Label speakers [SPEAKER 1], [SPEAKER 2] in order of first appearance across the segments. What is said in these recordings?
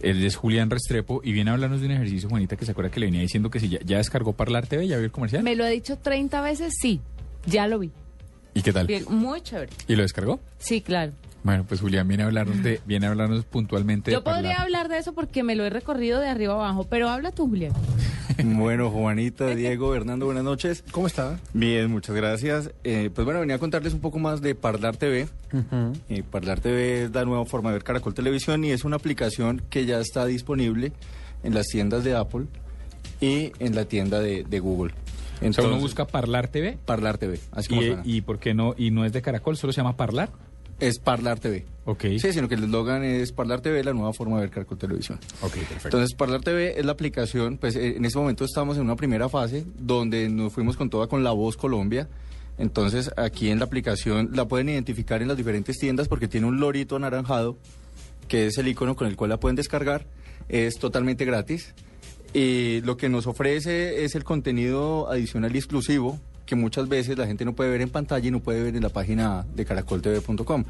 [SPEAKER 1] Él es Julián Restrepo y viene a hablarnos de un ejercicio, Juanita, que se acuerda que le venía diciendo que si ya, ya descargó Parlar TV, ya vio el comercial.
[SPEAKER 2] Me lo ha dicho 30 veces, sí. Ya lo vi.
[SPEAKER 1] ¿Y qué tal?
[SPEAKER 2] Bien, muy chévere.
[SPEAKER 1] ¿Y lo descargó?
[SPEAKER 2] Sí, claro.
[SPEAKER 1] Bueno, pues Julián viene a hablarnos de, viene a hablarnos puntualmente. de
[SPEAKER 2] Yo podría
[SPEAKER 1] Parlar.
[SPEAKER 2] hablar de eso porque me lo he recorrido de arriba abajo, pero habla tú, Julián.
[SPEAKER 3] Bueno, Juanita, Diego, Hernando, buenas noches.
[SPEAKER 4] ¿Cómo está?
[SPEAKER 3] Bien, muchas gracias. Eh, pues bueno, venía a contarles un poco más de Parlar TV. Eh, Parlar TV es la nueva forma de ver Caracol Televisión y es una aplicación que ya está disponible en las tiendas de Apple y en la tienda de, de Google.
[SPEAKER 1] O sea,
[SPEAKER 3] Entonces,
[SPEAKER 1] uno busca Parlar TV
[SPEAKER 3] Parlar TV, así como suena.
[SPEAKER 1] y, y ¿por qué no? Y no es de Caracol, solo se llama Parlar.
[SPEAKER 3] es Parlar TV.
[SPEAKER 1] Ok.
[SPEAKER 3] Sí, sino que el eslogan es Parlar TV, la nueva forma de ver Caracol Televisión.
[SPEAKER 1] Ok, perfecto.
[SPEAKER 3] Entonces, Parlar TV es la aplicación, pues eh, en este momento estamos en una primera fase donde nos fuimos con toda con La Voz Colombia. Entonces, aquí en la aplicación la pueden identificar en las diferentes tiendas porque tiene un lorito anaranjado, que es el icono con el cual la pueden descargar. Es totalmente gratis. Y lo que nos ofrece es el contenido adicional y exclusivo que muchas veces la gente no puede ver en pantalla y no puede ver en la página de caracoltv.com.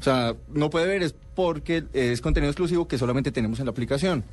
[SPEAKER 3] O sea, no puede ver es porque es contenido exclusivo que solamente tenemos en la aplicación.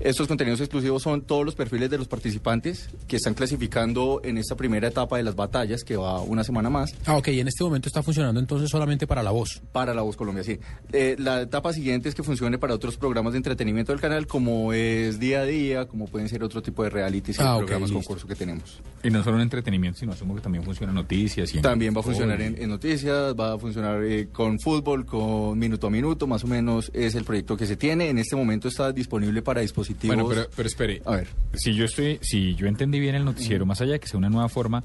[SPEAKER 3] Estos contenidos exclusivos son todos los perfiles de los participantes que están clasificando en esta primera etapa de las batallas, que va una semana más,
[SPEAKER 4] Ah, ok, en este momento está funcionando entonces solamente para la voz.
[SPEAKER 3] para La Voz Colombia, sí. Eh, la etapa siguiente es que funcione para otros programas de entretenimiento del canal, como es Día a Día, como pueden ser otro tipo de realities y
[SPEAKER 4] Ah, ok,
[SPEAKER 3] programas
[SPEAKER 4] listo.
[SPEAKER 3] concurso que tenemos.
[SPEAKER 1] Y no solo en entretenimiento, sino asumo que también funciona en noticias. Y en-
[SPEAKER 3] También va a funcionar en, en noticias, va a funcionar eh, con fútbol, con minuto a minuto, más o menos es el proyecto que se tiene. En este momento está disponible para dispositivos.
[SPEAKER 1] Bueno, pero, pero espere.
[SPEAKER 3] A ver.
[SPEAKER 1] Si yo estoy, si yo entendí bien el noticiero, más allá de que sea una nueva forma,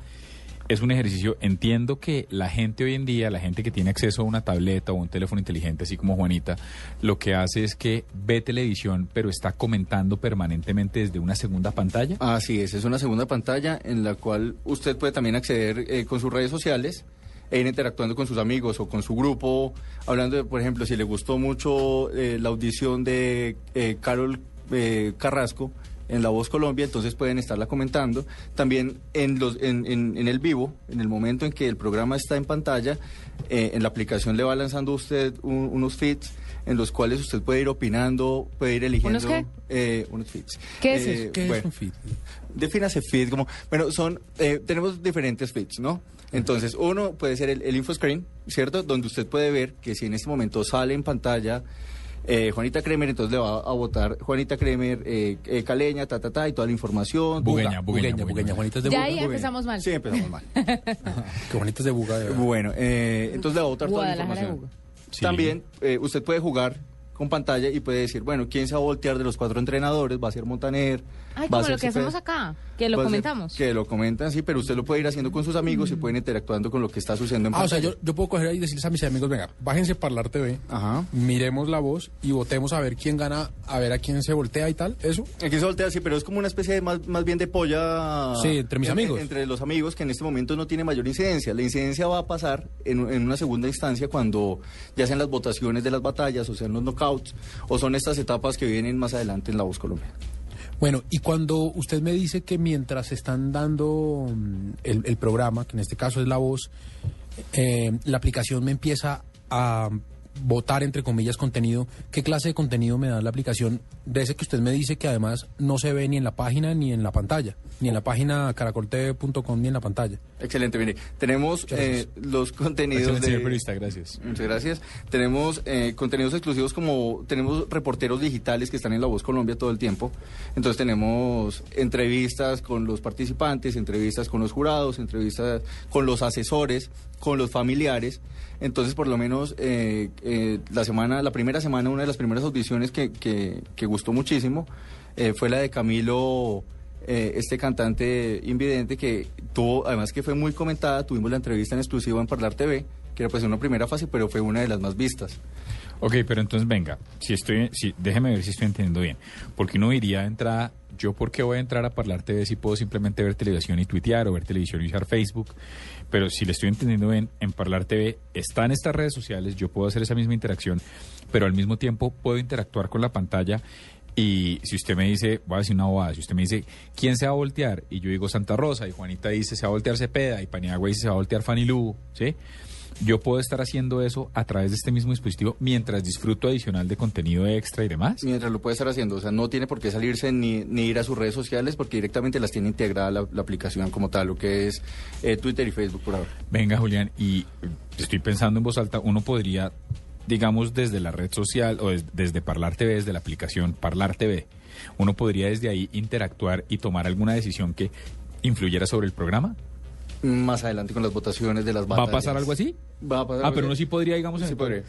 [SPEAKER 1] es un ejercicio. Entiendo que la gente hoy en día, la gente que tiene acceso a una tableta o un teléfono inteligente, así como Juanita, lo que hace es que ve televisión, pero está comentando permanentemente desde una segunda pantalla.
[SPEAKER 3] Así es, es una segunda pantalla en la cual usted puede también acceder eh, con sus redes sociales e ir interactuando con sus amigos o con su grupo, hablando, de, por ejemplo, si le gustó mucho eh, la audición de eh, Carol eh, Carrasco en La Voz Colombia, entonces pueden estarla comentando. También en, los, en, en- en el vivo, en el momento en que el programa está en pantalla, eh, en la aplicación le va lanzando a usted un- unos feeds en los cuales usted puede ir opinando, puede ir eligiendo
[SPEAKER 2] ¿Unos qué?
[SPEAKER 3] eh, unos feeds.
[SPEAKER 2] ¿Qué es eso?
[SPEAKER 3] Eh,
[SPEAKER 4] ¿Qué es
[SPEAKER 3] bueno,
[SPEAKER 4] un feed?
[SPEAKER 3] Defínase feed como, bueno, son, eh, tenemos diferentes feeds, ¿no? Entonces, uno puede ser el, el infoscreen, ¿cierto? Donde usted puede ver que si en este momento sale en pantalla eh, Juanita Kremer, entonces le va a votar Juanita Kremer, eh, eh, Caleña, ta, ta, ta, y toda la información.
[SPEAKER 1] Bugueña,
[SPEAKER 4] Bugueña, Bugueña, Juanita es de
[SPEAKER 2] Ya
[SPEAKER 4] Buga.
[SPEAKER 2] ahí
[SPEAKER 3] Bugueña.
[SPEAKER 2] empezamos mal.
[SPEAKER 3] Sí, empezamos mal.
[SPEAKER 4] Que Juanita es de Buga. de verdad.
[SPEAKER 3] bueno, eh, entonces le va a votar toda la
[SPEAKER 2] Guadalajara,
[SPEAKER 3] información.
[SPEAKER 1] Sí.
[SPEAKER 3] También eh, usted puede jugar con pantalla y puede decir, bueno, ¿quién se va a voltear de los cuatro entrenadores? ¿Va a ser Montaner?
[SPEAKER 2] Ay,
[SPEAKER 3] ¿Va a
[SPEAKER 2] como
[SPEAKER 3] ser
[SPEAKER 2] lo que hacemos
[SPEAKER 3] Cepeda?
[SPEAKER 2] acá, que lo
[SPEAKER 3] Puede ser
[SPEAKER 2] comentamos.
[SPEAKER 3] Pues, eh, Que lo comentan, sí, pero usted lo puede ir haciendo con sus amigos y pueden interactuando con lo que está sucediendo en
[SPEAKER 4] Ah, o sea,
[SPEAKER 3] pantalla.
[SPEAKER 4] yo, yo puedo coger ahí y decirles a mis amigos, venga, bájense Parlar TV,
[SPEAKER 3] Ajá.
[SPEAKER 4] miremos la voz y votemos a ver quién gana, a ver a quién se voltea y tal, eso.
[SPEAKER 3] Aquí se voltea así, pero es como una especie de más, más bien de polla.
[SPEAKER 4] Sí, entre mis amigos.
[SPEAKER 3] Entre los amigos que en este momento no tiene mayor incidencia. La incidencia va a pasar en, en una segunda instancia cuando ya sean las votaciones de las batallas, o sean los knockouts, o son estas etapas que vienen más adelante en La Voz Colombia.
[SPEAKER 4] Bueno, y cuando usted me dice que mientras están dando mm, el, el programa, que en este caso es la voz, eh, la aplicación me empieza a votar, entre comillas, contenido, ¿qué clase de contenido me da la aplicación de ese que usted me dice que además no se ve ni en la página ni en la pantalla, ni en la página caracoltv.com ni en la pantalla?
[SPEAKER 3] Excelente, mire, tenemos
[SPEAKER 4] gracias.
[SPEAKER 3] eh, los contenidos
[SPEAKER 1] Excelente, señor
[SPEAKER 3] de...
[SPEAKER 1] periodista, gracias.
[SPEAKER 3] Muchas gracias. Tenemos eh, contenidos exclusivos como tenemos reporteros digitales que están en La Voz Colombia todo el tiempo. Entonces tenemos entrevistas con los participantes, entrevistas con los jurados, entrevistas con los asesores, con los familiares. Entonces por lo menos eh, eh, la semana, la primera semana, una de las primeras audiciones que, que- que gustó muchísimo eh, fue la de Camilo eh, este cantante invidente que tuvo, además que fue muy comentada, tuvimos la entrevista en exclusiva en Parlar TV, que era pues una primera fase, pero fue una de las más vistas.
[SPEAKER 1] Ok, pero entonces venga, si estoy, si, déjeme ver si estoy entendiendo bien. Porque uno diría de entrada, yo por qué voy a entrar a Parlar TV si puedo simplemente ver televisión y tuitear o ver televisión y usar Facebook. Pero si le estoy entendiendo bien, en Parlar TV están estas redes sociales, yo puedo hacer esa misma interacción, pero al mismo tiempo puedo interactuar con la pantalla. Y si usted me dice, voy a decir una bobada, si usted me dice, ¿quién se va a voltear? Y yo digo Santa Rosa, y Juanita dice, se va a voltear Cepeda, y Paniagua dice, se va a voltear Fanny Lugo, ¿sí? Yo puedo estar haciendo eso a través de este mismo dispositivo mientras disfruto adicional de contenido extra y demás.
[SPEAKER 3] Mientras lo puede estar haciendo, o sea, no tiene por qué salirse ni, ni ir a sus redes sociales porque directamente las tiene integrada la, la aplicación como tal, lo que es eh, Twitter y Facebook por ahora.
[SPEAKER 1] Venga, Julián, y eh, estoy pensando en voz alta, uno podría, digamos, desde la red social o des- desde Parlar TV, desde la aplicación Parlar TV, uno podría desde ahí interactuar y tomar alguna decisión que influyera sobre el programa.
[SPEAKER 3] Más adelante con las votaciones de las
[SPEAKER 1] ¿Va a
[SPEAKER 3] batallas.
[SPEAKER 1] pasar algo así?
[SPEAKER 3] Va a pasar
[SPEAKER 1] Ah,
[SPEAKER 3] algo
[SPEAKER 1] pero
[SPEAKER 3] así.
[SPEAKER 1] uno sí podría, digamos, en
[SPEAKER 3] Sí
[SPEAKER 1] el-
[SPEAKER 3] podría.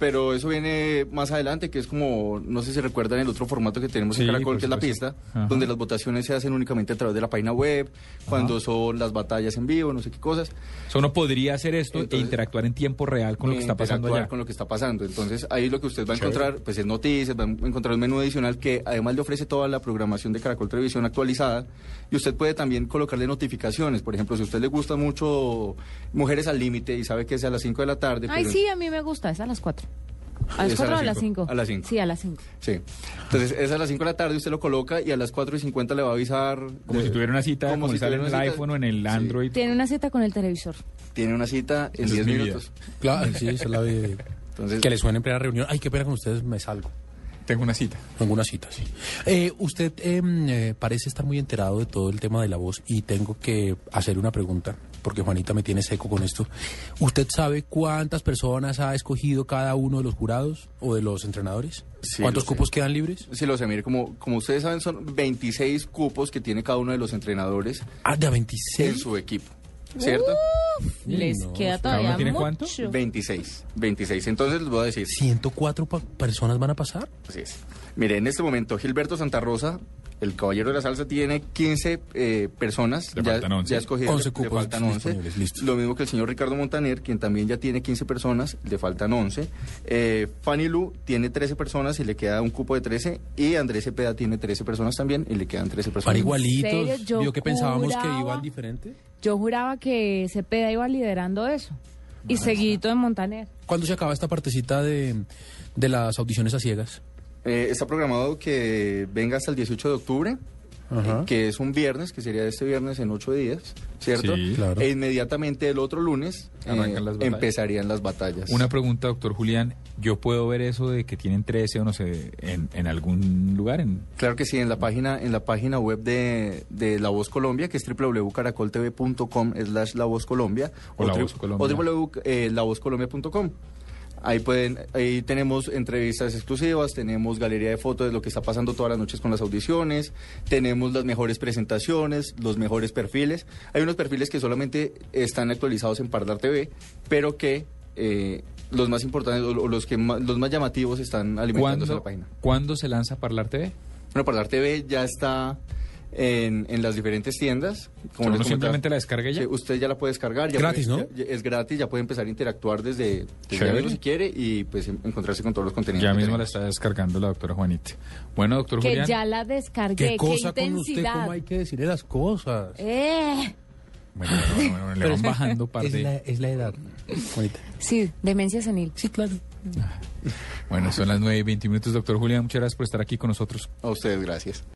[SPEAKER 3] Pero eso viene más adelante, que es como, no sé si recuerdan el otro formato que tenemos
[SPEAKER 1] Sí,
[SPEAKER 3] en Caracol,
[SPEAKER 1] por
[SPEAKER 3] que es la
[SPEAKER 1] supuesto.
[SPEAKER 3] pista,
[SPEAKER 1] Ajá.
[SPEAKER 3] donde las votaciones se hacen únicamente a través de la página web, cuando son las batallas en vivo, no sé qué cosas.
[SPEAKER 1] O sea, uno podría hacer esto e
[SPEAKER 3] Entonces-
[SPEAKER 1] interactuar en tiempo real con lo que está pasando
[SPEAKER 3] Interactuar
[SPEAKER 1] allá.
[SPEAKER 3] con lo que está pasando. Entonces, ahí lo que usted va a encontrar, pues es noticias, va a encontrar un menú adicional que además le ofrece toda la programación de Caracol Televisión actualizada. Y usted puede también colocarle notificaciones. Por ejemplo, si a usted le gusta mucho Mujeres al Límite y sabe que es a las 5 de la tarde. pues,
[SPEAKER 2] Ay,
[SPEAKER 3] pero-
[SPEAKER 2] sí, a mí me gusta, es a las 4. ¿A las
[SPEAKER 3] Es a
[SPEAKER 2] 4 o
[SPEAKER 3] las
[SPEAKER 2] a las
[SPEAKER 3] cinco.
[SPEAKER 2] 5?
[SPEAKER 3] A las cinco.
[SPEAKER 2] Sí, a las 5.
[SPEAKER 3] Sí. Entonces, es a las 5 de la tarde, usted lo coloca y a las 4 y 50 le va a avisar.
[SPEAKER 1] Como
[SPEAKER 3] de-
[SPEAKER 1] si tuviera una cita, como, si sale en
[SPEAKER 3] tuviera
[SPEAKER 1] el
[SPEAKER 3] una cita.
[SPEAKER 1] iPhone o en el
[SPEAKER 3] Sí.
[SPEAKER 1] Android.
[SPEAKER 2] Tiene una cita con el televisor.
[SPEAKER 3] Tiene una cita
[SPEAKER 1] Esa
[SPEAKER 3] en
[SPEAKER 1] es
[SPEAKER 3] 10
[SPEAKER 1] mi vida.
[SPEAKER 3] minutos.
[SPEAKER 4] Claro, sí, esa es la de...
[SPEAKER 3] Entonces-
[SPEAKER 4] que le suene en plena reunión. Ay, qué pena con ustedes, me salgo.
[SPEAKER 1] Tengo una cita.
[SPEAKER 4] Tengo una cita, sí. Eh, usted em, eh, parece estar muy enterado de todo el tema de la voz y tengo que hacer una pregunta, porque Juanita me tiene seco con esto. ¿Usted sabe cuántas personas ha escogido cada uno de los jurados o de los entrenadores?
[SPEAKER 3] Sí,
[SPEAKER 4] ¿Cuántos
[SPEAKER 3] lo sé.
[SPEAKER 4] cupos quedan libres?
[SPEAKER 3] Sí, lo sé, mire, como, como ustedes saben, son 26 cupos que tiene cada uno de los entrenadores
[SPEAKER 4] Ah, de a
[SPEAKER 3] en
[SPEAKER 4] 26.
[SPEAKER 3] su equipo, ¿cierto?
[SPEAKER 4] Uy,
[SPEAKER 2] Les
[SPEAKER 4] no,
[SPEAKER 2] queda
[SPEAKER 1] ¿Cada uno
[SPEAKER 2] todavía
[SPEAKER 1] tiene
[SPEAKER 2] mucho.
[SPEAKER 1] cuánto?
[SPEAKER 3] 26, 26. Entonces les voy a decir, sí,
[SPEAKER 4] 104 pa- personas van a pasar.
[SPEAKER 3] así es. Mire, en este momento Gilberto Santa Rosa, el caballero de la salsa, tiene 15 eh, personas.
[SPEAKER 1] Le
[SPEAKER 3] ya,
[SPEAKER 1] faltan once.
[SPEAKER 3] ya escogido,
[SPEAKER 4] 11
[SPEAKER 3] le
[SPEAKER 4] cupos
[SPEAKER 3] faltan 11.
[SPEAKER 4] disponibles, listo.
[SPEAKER 3] Lo mismo que el señor Ricardo Montaner, quien también ya tiene 15 personas, le faltan 11. Eh, Fanny Lu tiene 13 personas y le queda un cupo de 13. Y Andrés Cepeda tiene 13 personas también y le quedan 13 personas.
[SPEAKER 4] Van
[SPEAKER 2] serio?
[SPEAKER 4] igualitos.
[SPEAKER 2] Yo
[SPEAKER 4] Vio que pensábamos que
[SPEAKER 2] juraba-
[SPEAKER 4] iban diferente.
[SPEAKER 2] Yo juraba que Cepeda iba liderando eso. Y seguidito de Montaner.
[SPEAKER 4] ¿Cuándo se acaba esta partecita de, de las audiciones a ciegas?
[SPEAKER 3] Eh, está programado que venga hasta el 18 de octubre, eh, que es un viernes, que sería este viernes en ocho días, ¿cierto?
[SPEAKER 1] Sí.
[SPEAKER 4] Claro.
[SPEAKER 3] E inmediatamente el otro lunes eh,
[SPEAKER 1] Arrancan las batallas.
[SPEAKER 3] empezarían las batallas.
[SPEAKER 1] Una pregunta, doctor Julián. ¿Yo puedo ver eso de que tienen 13 o no sé, en, en algún lugar? En,
[SPEAKER 3] Claro que sí, en la página, en la página web de, de La Voz Colombia, que es www.caracoltv.com slash La Voz Colombia
[SPEAKER 1] O La
[SPEAKER 3] tri-
[SPEAKER 1] Voz Colombia.
[SPEAKER 3] o eh, www.lavozcolombia.com. Ahí pueden, ahí tenemos entrevistas exclusivas, tenemos galería de fotos de lo que está pasando todas las noches con las audiciones, tenemos las mejores presentaciones, los mejores perfiles. Hay unos perfiles que solamente están actualizados en Pardar TV, pero que eh, los más importantes o o los que más- los más llamativos están alimentándose en la
[SPEAKER 1] ¿Cuándo,
[SPEAKER 3] página.
[SPEAKER 1] ¿Cuándo se lanza Parlar TV?
[SPEAKER 3] Bueno, Parlar TV ya está en, en las diferentes tiendas.
[SPEAKER 1] ¿Uno
[SPEAKER 3] les comentaba.
[SPEAKER 1] simplemente la descarga ya?
[SPEAKER 3] Sí, usted ya la puede descargar. ya
[SPEAKER 4] Gratis,
[SPEAKER 3] puede-
[SPEAKER 4] ¿no?
[SPEAKER 3] ya- ya es gratis, ya puede empezar a interactuar desde, desde
[SPEAKER 1] Chévere.
[SPEAKER 3] ya mismo si quiere y pues en- encontrarse con todos los contenidos.
[SPEAKER 1] Ya
[SPEAKER 3] que
[SPEAKER 1] mismo la
[SPEAKER 3] tenemos.
[SPEAKER 1] está descargando la doctora Juanita. Bueno, doctor
[SPEAKER 2] Que
[SPEAKER 1] Julián.
[SPEAKER 2] ya la descargué.
[SPEAKER 4] ¿Qué, cosa
[SPEAKER 2] qué
[SPEAKER 4] con usted?
[SPEAKER 2] intensidad.
[SPEAKER 4] ¿Cómo hay que decirle las cosas?
[SPEAKER 2] Eh,
[SPEAKER 1] Bueno, bueno, bueno, le van bajando parte.
[SPEAKER 4] edad.
[SPEAKER 2] sí, demencia senil.
[SPEAKER 4] Sí, claro.
[SPEAKER 1] Bueno, son las 9 y 20 minutos, doctor Julián. Muchas gracias por estar aquí con nosotros.
[SPEAKER 3] A ustedes, gracias.